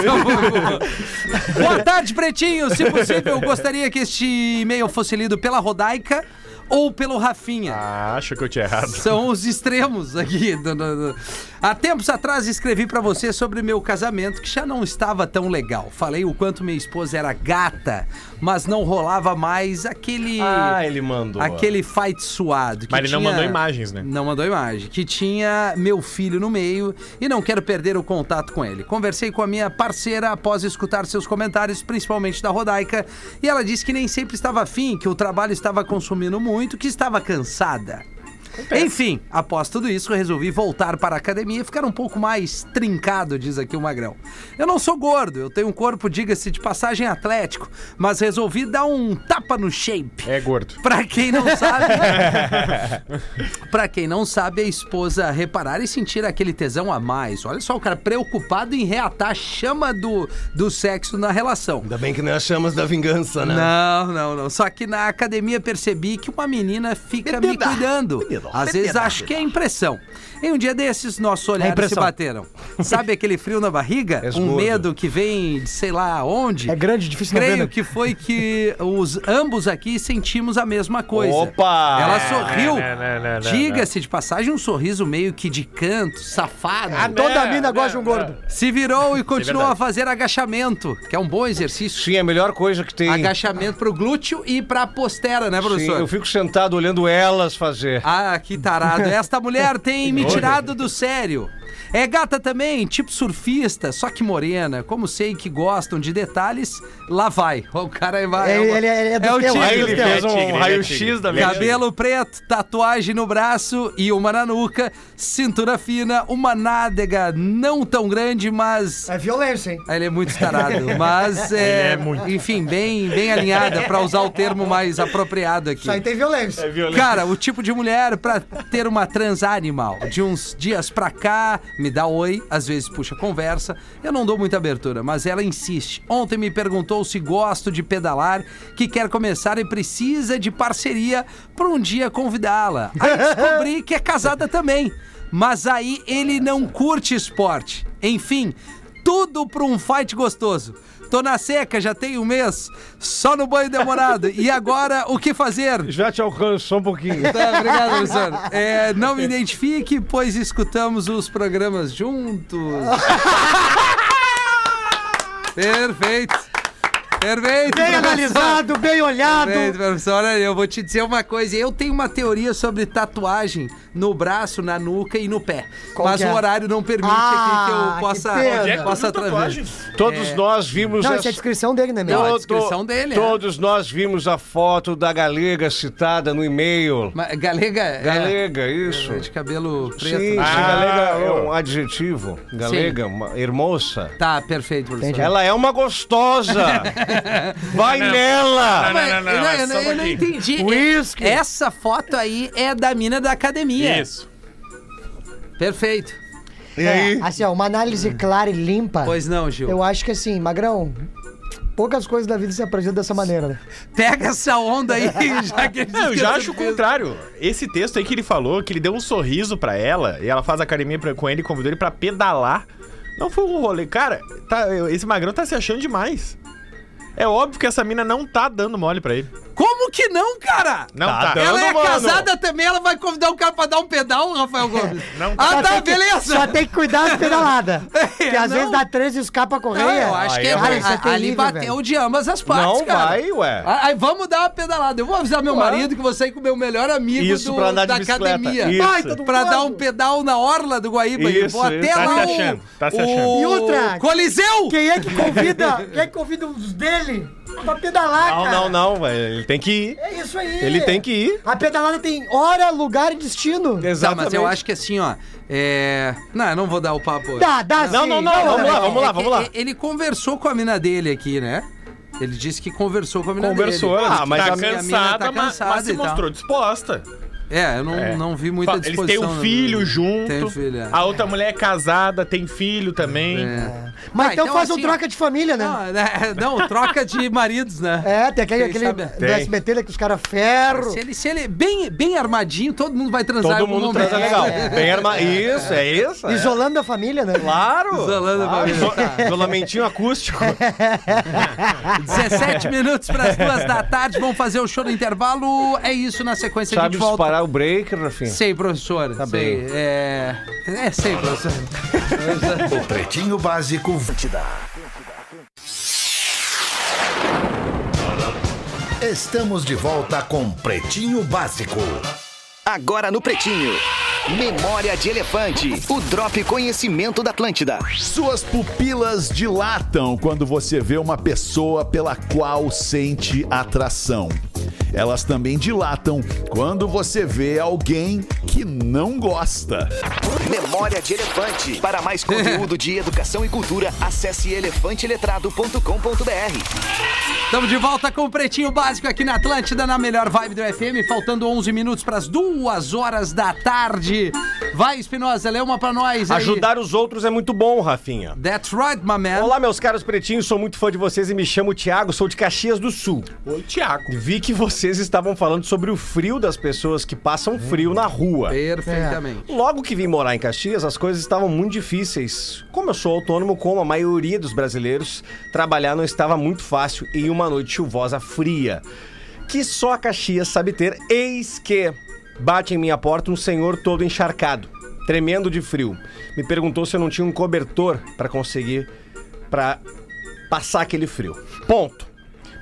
Então, Boa tarde, Pretinho. Se possível, eu gostaria que este e-mail fosse lido pela Rodaica ou pelo Rafinha.
Ah, acho que eu tinha errado.
São os extremos aqui. do- do- do. Há tempos atrás escrevi pra você sobre meu casamento que já não estava tão legal. Falei o quanto minha esposa era gata, mas não rolava mais aquele
ah, ele mandou.
aquele fight suado. que
Mas ele não
tinha- Hum.
mandou imagens, né?
Não mandou imagem. Que tinha meu filho no meio e não quero perder o contato com ele. Conversei com a minha parceira após escutar seus comentários, principalmente da Rodaica, e ela disse que nem sempre estava afim, que o trabalho estava consumindo muito, que estava cansada. Enfim, após tudo isso, eu resolvi voltar para a academia e ficar um pouco mais trincado, diz aqui o Magrão. Eu não sou gordo, eu tenho um corpo, diga-se de passagem, atlético, mas resolvi dar um tapa no shape.
É gordo.
Pra quem não sabe. pra quem não sabe, a esposa reparar e sentir aquele tesão a mais. Olha só, o cara preocupado em reatar a chama do, do sexo na relação.
Ainda bem que não é as chamas da vingança, né?
Não, não, não. Só que na academia percebi que uma menina fica me
Menina,
cuidando.
menina,
Às vezes
menina,
acho que é impressão. Em um dia desses, nossos olhares se
É impressão.
bateram. Sabe aquele frio na barriga?
És
Um
gordo.
medo que vem de sei lá onde.
É grande, difícil não ver,
Creio
né?
que foi que os ambos aqui sentimos a mesma coisa.
Opa!
Ela
É,
sorriu.
né, né, né, né,
Diga-se de passagem, um sorriso meio que de canto, safado.
Toda
É,
mina
é,
gosta de um
é.
gordo.
Se virou e continuou a
verdade.
fazer agachamento, que é um bom exercício.
Sim, é a melhor coisa que tem.
Agachamento pro glúteo e pra postera, né,
Sim,
professor?
eu fico sentado olhando elas fazer.
Ah, Olha que tarado. Esta mulher tem me tirado do sério. É gata também, tipo surfista, só que morena. Como sei que gostam de detalhes, lá vai. O cara vai.
Ele- ele- ele é do
o
teu-
tigre.
Aí
Ele fez
Ele é
um
tigre, ele é
raio-x
tigre.
da minha
Cabelo preto, tatuagem no braço e uma na nuca, cintura fina, uma nádega não tão grande, mas.
É violência, hein?
Ah, Ele é muito tarado, mas é, enfim, bem, bem alinhada pra usar o termo mais apropriado aqui.
Isso aí tem violência.
É
É
Cara, o tipo de mulher pra ter uma trans animal. De uns dias pra cá, me dá oi, às vezes puxa conversa. Eu não dou muita abertura, mas ela insiste. Ontem me perguntou se gosto de pedalar, que quer começar e precisa de parceria pra um dia convidá-la. Aí descobri que é casada também. Mas aí ele não curte esporte. Enfim, tudo pra um fight gostoso. Tô na seca, já tem um mês, só no banho demorado. E agora, o que fazer?
Já te alcançou um pouquinho.
Tá, obrigado, Luciano. É, não me identifique, pois escutamos os programas juntos. Perfeito. Perfeito.
Bem
professor.
analisado, bem olhado.
Perfeito, professor. Olha, eu vou te dizer uma coisa. Eu tenho uma teoria sobre tatuagem no braço, na nuca e no pé.
Qual
mas
que é?
o horário não permite
Ah,
aqui que
que
eu possa,
pena. Onde é
vida.
possa
Tu viu
trazer.
tatuagem?
Todos nós vimos
Não,
a-
isso é a descrição dele, né, meu?
Não,
Todo-
descrição dele, é.
Todos nós vimos a foto da galega citada no e-mail.
Mas Galega, é-
Galega, isso.
é de cabelo preto.
Sim, sim,
né?
galega é um adjetivo. Galega, uma hermosa.
Tá, perfeito, professor.
Ela é uma gostosa. Vai nela.
Não,
Mas
não, não,
eu
não, é
eu
só
eu
um
não
pouquinho.
entendi. É,
Whisky.
Essa foto aí é da mina da academia.
Isso.
Perfeito.
E aí?
É, assim, ó, uma análise clara e limpa.
Pois não, Gil.
Eu acho que assim, Magrão, poucas coisas da vida se apresentam dessa maneira, né?
Pega essa onda aí, já que é a gente
Não, eu já
esqueceu
acho o
do peso.
contrário. Esse texto aí que ele falou, que ele deu um sorriso pra ela, e ela faz academia pra, com ele e convidou ele pra pedalar. Não foi um rolê. Cara, tá, eu- esse magrão tá se achando demais. É óbvio que essa mina não tá dando mole pra ele.
Como que não, cara?
Não
Tá
tá.
dando.
Ela é
mano.
casada também, ela vai convidar o cara pra dar um pedal, Rafael Gomes.
Não tá.
ah,
Só
tá,
tem que-
beleza. É,
Só tem que cuidar das pedaladas. Porque às
não.
vezes dá três e escapa a correia.
Não, eu acho que é,
Cara, isso é
ali
terrível,
bateu um
velho.
de ambas as partes,
Não
cara.
vai, ué.
Ah, Aí vamos dar uma pedalada. Eu vou avisar meu marido que você é com o meu melhor amigo
Isso,
do-
pra andar de
da
bicicleta.
academia.
Isso.
Baita do pra dar um pedal na orla do Guaíba. Eu
Isso,
vou até
isso. Tá
lá
se
o-
achando, tá se
o...
achando.
E outra-
Coliseu!
Quem é que convida? Quem é que convida os dele pra pedalar,
Não,
cara?
não, não, velho. Ele tem que ir.
É isso aí.
Ele tem que ir.
A pedalada tem hora, lugar e destino.
Tá, mas
Exatamente.
eu acho que assim, ó. É... Não, eu não vou dar o papo. hoje.
Dá, dá
Não,
sim.
não, não, vamos lá, vamos lá,
É que
vamos lá.
e- Ele conversou com a mina dele aqui, né? Ele disse que conversou com a mina
Conversou,
dele.
ela disse
Ah,
que
mas
tá
a minha
mina tá
cansada, mas,
cansada
mas se
e tal.
mostrou disposta.
É, eu não, não vi muita
Fa- Eles têm
disposição.
um
né?
filho junto.
Tem um filho, é.
A outra mulher é casada, tem filho também.
É.
Mas
Ah,
então, faz um
assim,
troca de família, né?
Não, né, não, troca de maridos, né?
É, tem aquele,
Quem
aquele
sabe?
do SBT né, que os caras ferro.
Se ele, se ele é bem, bem armadinho, todo mundo vai transar. em
Todo
algum
mundo
momento.
transa legal.
É.
Bem arma... Isso, é isso. é.
Isolando a família, né?
Claro.
Isolando a
Ah,
claro.
família,
Iso-
tá.
Isolamentinho acústico.
17 minutos para as duas da tarde, vão fazer o show no intervalo. É isso, na sequência a
Sabe
gente volta.
disparar o break, Rafinha?
Sei, professor. Tá sei.
bem.
É... é, sei, professor.
O Pretinho Básico Estamos de volta com Pretinho Básico.
Agora no Pretinho. Memória de Elefante. O Drop Conhecimento da Atlântida.
Suas pupilas dilatam quando você vê uma pessoa pela qual sente atração. Elas também dilatam quando você vê alguém que não gosta.
Memória de Elefante. Para mais conteúdo de educação e cultura, acesse elefanteletrado.com.br.
Estamos de volta com o Pretinho Básico aqui na Atlântida, na melhor vibe do FM. Faltando 11 minutos para as duas horas da tarde. Vai, Espinosa, lê uma para nós aí.
Ajudar os outros é muito bom, Rafinha.
That's right, my man.
Olá, meus caros pretinhos, sou muito fã de vocês e me chamo Thiago, sou de Caxias do Sul.
Oi, Tiago.
Vi que vocês estavam falando sobre o frio das pessoas que passam frio na
É
rua.
Perfeitamente.
Logo que vim morar em Caxias, as coisas estavam muito difíceis. Como eu sou autônomo, como a maioria dos brasileiros, trabalhar não estava muito fácil em uma noite chuvosa fria. Que só a Caxias sabe ter, eis que bate em minha porta um senhor todo encharcado, tremendo de frio. Me perguntou se eu não tinha um cobertor para conseguir para passar aquele frio. Ponto.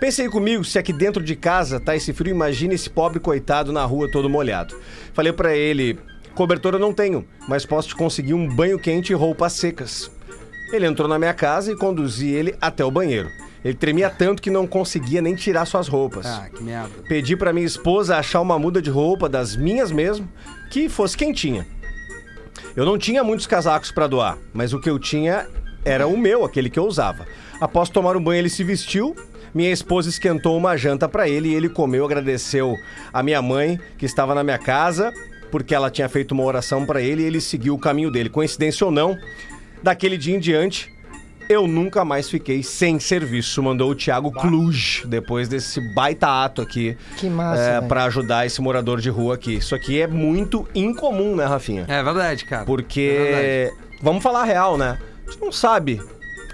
Pensei comigo, se aqui dentro de casa tá esse frio, imagina esse pobre coitado na rua todo molhado. Falei pra ele, cobertor eu não tenho, mas posso te conseguir um banho quente e roupas secas. Ele entrou na minha casa e conduzi ele até o banheiro. Ele tremia tanto que não conseguia nem tirar suas roupas.
Ah, que merda.
Pedi pra minha esposa achar uma muda de roupa das minhas mesmo, que fosse quentinha. Eu não tinha muitos casacos pra doar, mas o que eu tinha era o meu, aquele que eu usava. Após tomar um banho, ele se vestiu. Minha esposa esquentou uma janta pra ele e ele comeu, agradeceu a minha mãe que estava na minha casa, porque ela tinha feito uma oração pra ele e ele seguiu o caminho dele. Coincidência ou não, daquele dia em diante, eu nunca mais fiquei sem serviço, mandou o Thiago Cluj, depois desse baita ato aqui.
Que massa,
É,
velho.
pra ajudar esse morador de rua aqui. Isso aqui é muito incomum, né, Rafinha?
É verdade, cara. É
Porque. vamos falar a real, né? Tu não sabe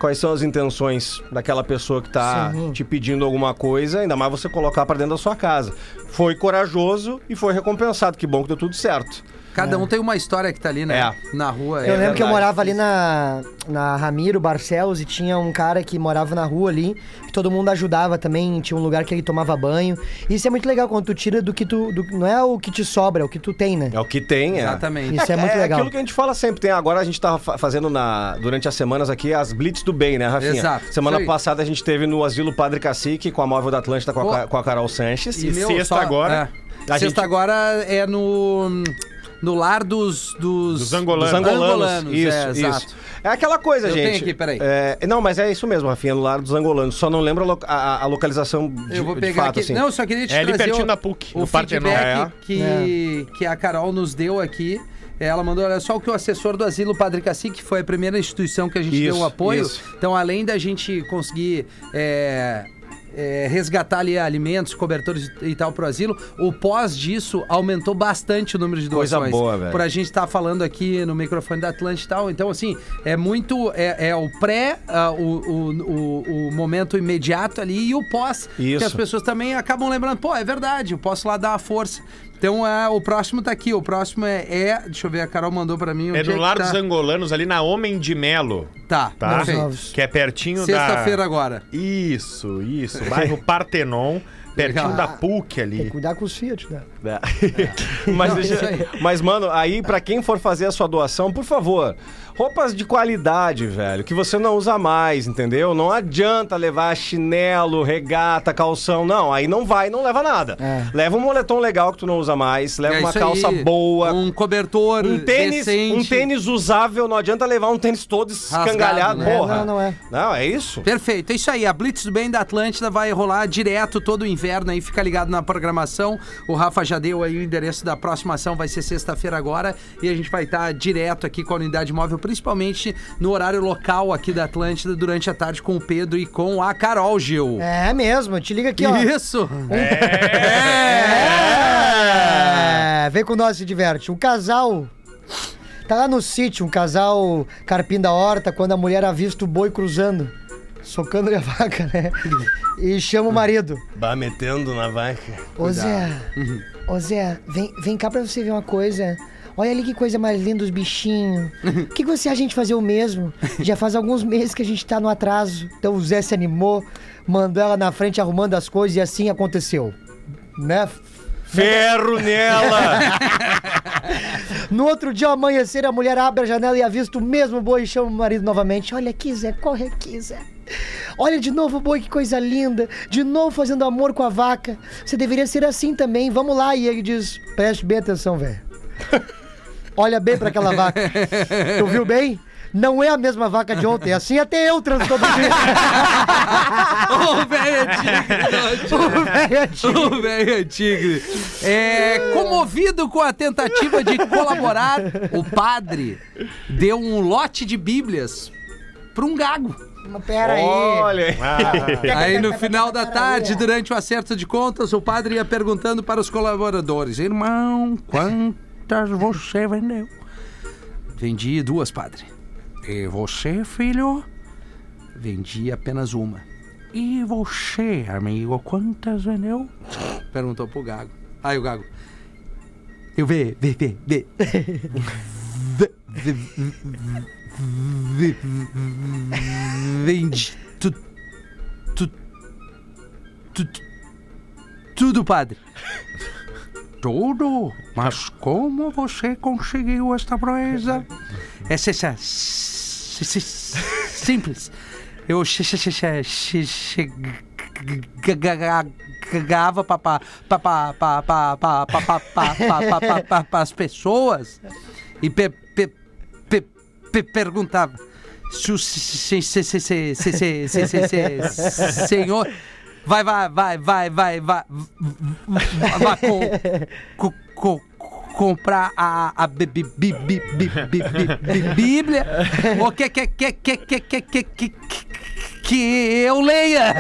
quais são as intenções daquela pessoa que tá
Uhum.
te pedindo alguma coisa, ainda mais você colocar pra dentro da sua casa. Foi corajoso e foi recompensado. Que bom que deu tudo certo.
Cada um tem uma história que tá ali, né?
É.
Na rua.
Eu lembro que eu
verdade,
morava ali na, na Ramiro Barcelos e tinha um cara que morava na rua ali, que todo mundo ajudava também, tinha um lugar que ele tomava banho. Isso é muito legal quando tu tira do que tu. do- não é o que te sobra, é o que tu tem, né?
É o que tem, é.
Exatamente.
Isso é muito legal.
aquilo que a gente fala sempre. Tem agora a gente tava fa- fazendo na, durante as semanas aqui as Blitz do Bem, né, Rafinha?
Exato.
Semana
Isso aí.
passada a gente teve no Asilo Padre Cacique com a Móvel da Atlântida com a,
Pô.
Ca- com a Carol Sanches.
E meu,
sexta agora-
é.
A
Sexta
gente-
agora é no. No lar dos. Dos,
Dos angolanos.
Dos angolanos. isso,
é,
isso.
exato.
É aquela coisa,
Eu
gente.
tenho aqui, peraí.
É, não, mas é isso mesmo, Rafinha, no lar dos angolanos. Só não lembro a, lo- a- a localização de,
Eu vou
de
pegar
fato,
aqui.
assim. É.
Não, eu só queria te
É ali
trazer
pertinho
o,
da PUC,
o
no Partenon.
feedback que, que a Carol nos deu aqui. Ela mandou, olha só, o que o assessor do Asilo Padre Cacique foi a primeira instituição que a gente
Isso,
deu o apoio.
isso.
Então, além da gente conseguir... é, é, resgatar ali alimentos, cobertores e tal pro asilo, o pós disso aumentou bastante o número de
Coisa
doações.
boa, velho.
Por a gente tá falando aqui no microfone da Atlântida e tal. Então, assim, é muito. É, é o pré, ah, o, o, o, o momento imediato ali e o pós. Que
Isso.
as pessoas também acabam lembrando, pô, é verdade, eu posso lá dar uma força. Então, é, o próximo tá aqui. O próximo é. é- deixa eu ver, a Carol mandou pra mim.
É
onde
no
que
Lar
tá?
dos Angolanos, ali na Homem de Melo,
Tá,
tá?
perfeito.
Que é pertinho da...
Sexta-feira agora.
Isso, isso. Bairro Partenon, pertinho
Legal.
da PUC
Tem que
ali.
cuidar com os Fiat, né?
É. mas,
Não,
deixa-
isso aí.
mas, mano, aí pra quem for fazer a sua doação, por favor, roupas de qualidade, velho, que você não usa mais, entendeu? Não adianta levar chinelo, regata, calção, não. Aí não vai, não leva nada.
É.
Leva um moletom legal que tu não usa mais, leva
É
uma
isso
calça
aí.
boa,
Um cobertor.
Um tênis,
decente.
um tênis usável, não adianta levar um tênis todo
Rasgado,
escangalhado,
né?
porra.
Não, não é.
Não, é isso.
Perfeito, é isso aí. A Blitz do Bem da Atlântida vai rolar direto todo o inverno aí. Fica ligado na programação. O Rafa já deu aí o endereço da próxima ação, vai ser sexta-feira agora. E a gente vai estar direto aqui com a unidade móvel, principalmente no horário local aqui da Atlântida, durante a tarde com o Pedro e com a Carol Gil.
É mesmo, te liga aqui, ó.
Isso!
É, vem com nós se diverte. Um casal. Tá lá no sítio, um casal carpim da horta, quando a mulher avista o boi cruzando, socando a vaca, né? E chama o marido.
Bah, metendo na vaca.
Ô Zé, ô Zé, vem, vem cá pra você ver uma coisa. Olha ali que coisa mais linda os bichinhos. O que, que você acha a gente fazer o mesmo? Já faz alguns meses que a gente tá no atraso. Então o Zé se animou, mandou ela na frente arrumando as coisas e assim aconteceu. Né?
Ferro nela!
No outro dia, ao amanhecer, a mulher abre a janela e avista o mesmo boi e chama o marido novamente. Olha aqui, Zé, corre aqui, Zé. Olha de novo o boi, que coisa linda. De novo fazendo amor com a vaca. Você deveria ser assim também, vamos lá. E ele diz, preste bem atenção, velho. Olha bem pra aquela vaca. Tu viu bem? Não é a mesma vaca de ontem, assim até eu transo todo dia.
Ô, velho tigre!
O velho é tio.
Ô, velho tigre! É, comovido com a tentativa de colaborar, o padre deu um lote de bíblias pra um gago.
Mas Pera aí.
Olha!
Aí no final da tarde, durante o acerto de contas, o padre ia perguntando para os colaboradores: Irmão, quantas você vendeu? Vendi duas, padre. E você, filho? Vendi apenas uma. E você, amigo, quantas vendeu? Perguntou pro Gago. Aí o Gago. Eu vê, vê, vê, vê. Vê, vê, vê, vê, Vendi tu, tu, Tu- tu- tudo, padre. Tudo? Mas como você conseguiu esta proeza? É essa simples. Eu che- che- che- che- che- chegava para pa, pa, pa, pa, pa, pa, pa, pa, pa, pa, pa, pa, pa, as pessoas e pe, pe, pe, pe, perguntava se o se- se- se- se- se- se- se- se- se- se- senhor vai vai vai vai vai vai vai com, com, comprar a, a bi- bi- bi- bi- bi- bi- bi- bi- Bíblia ou que que que que que que que que que eu leia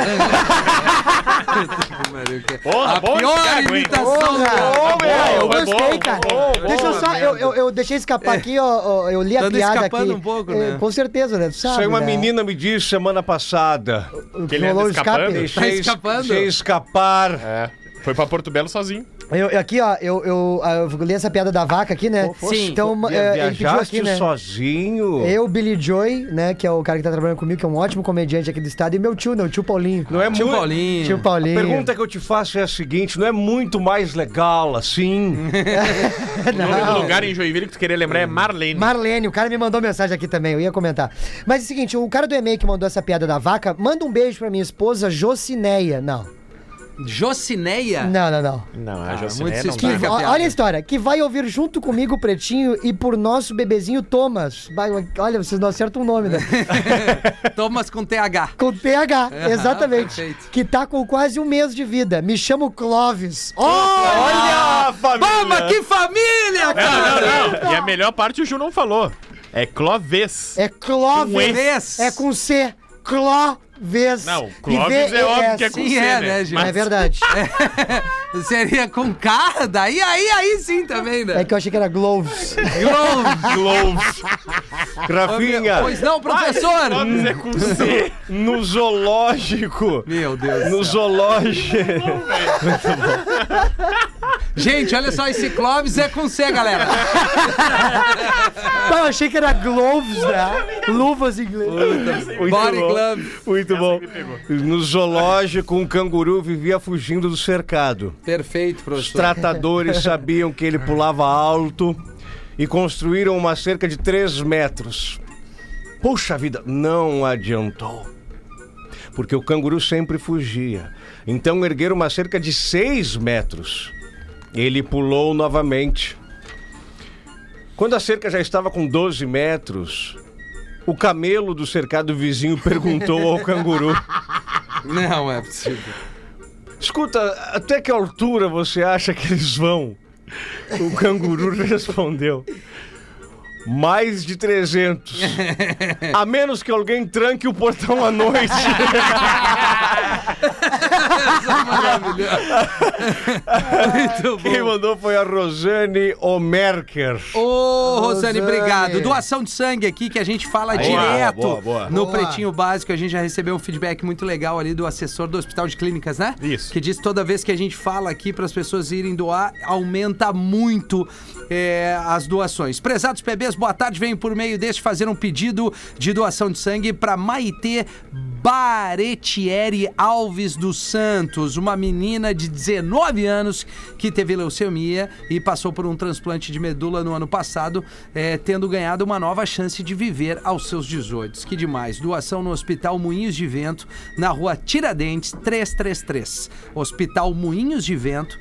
Porra,
a
bom
pior
Thiago, hein?
imitação cara.
É, eu
Foi
gostei,
bom,
cara.
bom, bom.
Deixa eu só.
Boa,
Eu, eu, eu deixei escapar aqui, ó, ó, eu li a
Tá
piada aqui.
escapando um pouco,
É,
né?
Com certeza, né? Tu sabe,
Isso aí uma
né? Tá
menina me disse semana passada.
Que ele anda
Rolou o
escapando?
escape.
Deixei, es-
escapando?
deixei escapar.
É. Foi pra Porto Belo sozinho.
Eu, eu- aqui, ó, eu, eu, ah, eu li essa piada da vaca aqui, né?
Sim.
Então, uma-
Via-
é, ele pediu
Viajaste
aqui, né?
sozinho.
Eu, Billy Joy, né? Que é o cara que tá trabalhando comigo, que é um ótimo comediante aqui do estado, e meu tio, né? O tio Paulinho.
Não é
Tio
muito-
Paulinho
Tio Paulinho.
A pergunta que eu te faço é a seguinte: não é muito mais legal assim?
um
O
Ah,
nome
é.
do lugar em Joinville que tu queria
Hum.
lembrar é Marlene.
Marlene, o cara me mandou mensagem aqui também, eu ia comentar. Mas é o seguinte, o cara do e-mail que mandou essa piada da vaca, manda um beijo pra minha esposa, Jocineia. Não,
Jocineia
não, não, não.
Não, a
Ah,
Jocinei
muito se
não
Que,
explica.
dá.
ó,
piada.
olha a história, que vai ouvir junto comigo o Pretinho e por nosso bebezinho Thomas. Vai, Olha, vocês não acertam o nome, né?
Thomas com TH
Com TH,
Ah,
Aham,
exatamente.
perfeito.
Que tá com quase um mês de vida. Me chamo Clóvis.
Olha, família!
Toma, que família,
Ah, Não,
cara!
não, não. E a melhor parte o Ju não falou. É Clovis.
É
Com
Clóvis.
Clóvis.
É com C. Clóvis.
Não,
E
Clóvis
V-E-S.
é óbvio que é com
Sim,
C,
é, né,
né?
Ju?
É verdade.
Seria com K, daí aí, aí sim também, né?
É que eu achei que era Gloves.
Gloves.
Clovis.
Rafinha,
Pois
é.
não, professor?
Clovis é com C.
no zoológico.
Meu Deus.
No zoológico.
Gente, olha só, esse Clóvis é com C, galera.
Não, eu achei que era Gloves, né? Luvas em inglês.
Body
bom.
Glove.
Muito bom. No zoológico, um canguru vivia fugindo do cercado.
Perfeito,
Os
professor.
tratadores sabiam que ele pulava alto e construíram uma cerca de 3 metros. Puxa vida, não adiantou. Porque o canguru sempre fugia. Então ergueram uma cerca de 6 metros. Ele pulou novamente. Quando a cerca já estava com 12 metros, o camelo do cercado vizinho perguntou ao canguru.
Não é possível.
Escuta, até que altura você acha que eles vão? O canguru respondeu. Mais de 300. A menos que alguém tranque o portão à noite.
Maravilhoso. é Muito
Quem
bom.
mandou foi a Rosane Omerker.
Ô, Rosane,
Rosane.
obrigado. Doação de sangue aqui que a gente fala direto
boa, boa.
no
Boa.
Pretinho Básico. A gente já recebeu um feedback muito legal ali do assessor do Hospital de Clínicas, né?
Isso.
Que diz que toda vez que a gente fala aqui para as pessoas irem doar, aumenta muito é, as doações. Prezados PBs, boa tarde. Venho por meio deste fazer um pedido de doação de sangue para Maitê Baretieri Alves dos Santos, uma menina de 19 anos que teve leucemia e passou por um transplante de medula no ano passado, é, tendo ganhado uma nova chance de viver aos seus 18. Que demais! Doação no Hospital Moinhos de Vento, na rua Tiradentes 333. Hospital Moinhos de Vento,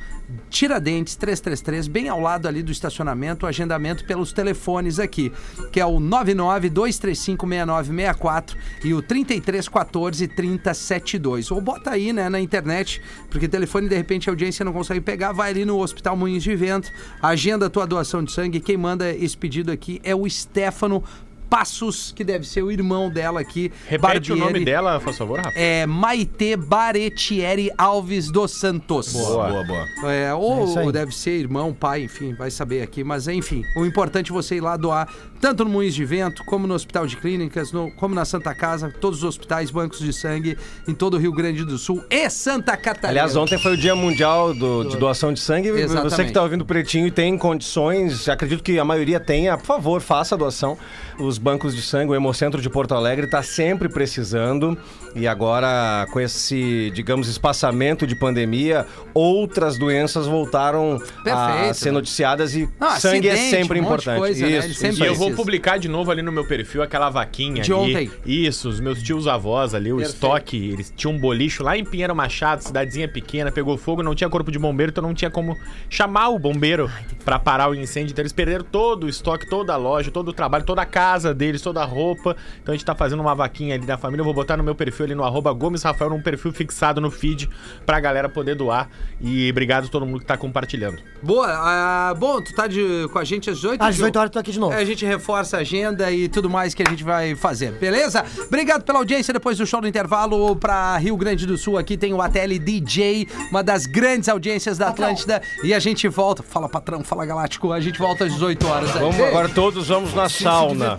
Tiradentes 333, bem ao lado ali do estacionamento, o agendamento pelos telefones aqui, que é o 992356964 e o 33143072. Ou bota aí, né, na internet, porque telefone de repente a audiência não consegue pegar, vai ali no Hospital Moinhos de Vento, agenda a tua doação de sangue. Quem manda esse pedido aqui é o Stefano Passos, que deve ser o irmão dela aqui,
Repete o
Barbieri.
nome dela, por favor, Rafa.
É Maite Baretieri Alves dos Santos.
Boa, boa, boa.
É, ou,
aí.
ou deve ser irmão, pai, enfim, vai saber aqui. Mas enfim, o importante é você ir lá doar tanto no Moinhos de Vento, como no Hospital de Clínicas, no- como na Santa Casa, todos os hospitais, bancos de sangue em todo o Rio Grande do Sul e Santa Catarina.
Aliás, ontem foi o Dia Mundial do- de Doação de Sangue.
Exatamente.
Você que está ouvindo o Pretinho e tem condições, acredito que a maioria tenha, por favor, faça a doação. Os bancos de sangue, o Hemocentro de Porto Alegre está sempre precisando. E agora, com esse, digamos, espaçamento de pandemia, outras doenças voltaram a
Perfeito.
ser noticiadas e
Ah,
sangue é
acidente,
sempre
um monte de
importante.
coisa, né?
isso,
Ele
isso
sempre
E eu
aí.
vou
Precisa.
publicar de novo ali no meu perfil aquela vaquinha
De
ali.
ontem.
Isso, os meus tios avós ali, o
Perfeito.
estoque, eles tinham um bolicho lá em Pinheiro Machado, cidadezinha pequena, pegou fogo, não tinha corpo de bombeiro, então não tinha como chamar o bombeiro pra parar o incêndio. Então eles perderam todo o estoque, toda a loja, todo o trabalho, toda a casa deles, toda a roupa. Então a gente tá fazendo uma vaquinha ali da família, eu vou botar no meu perfil ali no arroba Gomes Rafael, num perfil fixado no feed pra galera poder doar. E obrigado a todo mundo que tá compartilhando.
Boa, ah, bom, tu tá de- com a gente às 18
Às
Gil? É,
18 horas eu tô aqui de novo.
A gente reforça a agenda e tudo mais que a gente vai fazer, beleza? Obrigado pela audiência. Depois do show do intervalo pra Rio Grande do Sul, aqui tem o ATL DJ, uma das grandes audiências da Atlântida. E a gente volta. Fala, patrão, fala galáctico. A gente volta às 18 horas.
Vamos
Ei,
agora todos vamos na sauna.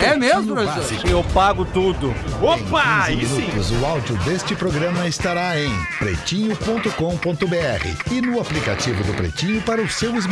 É mesmo, professor?
Eu pago tudo.
Opa! Aí sim!
minutos, o áudio deste programa estará em pretinho.com.br e no aplicativo do Pretinho para o seu smartphone.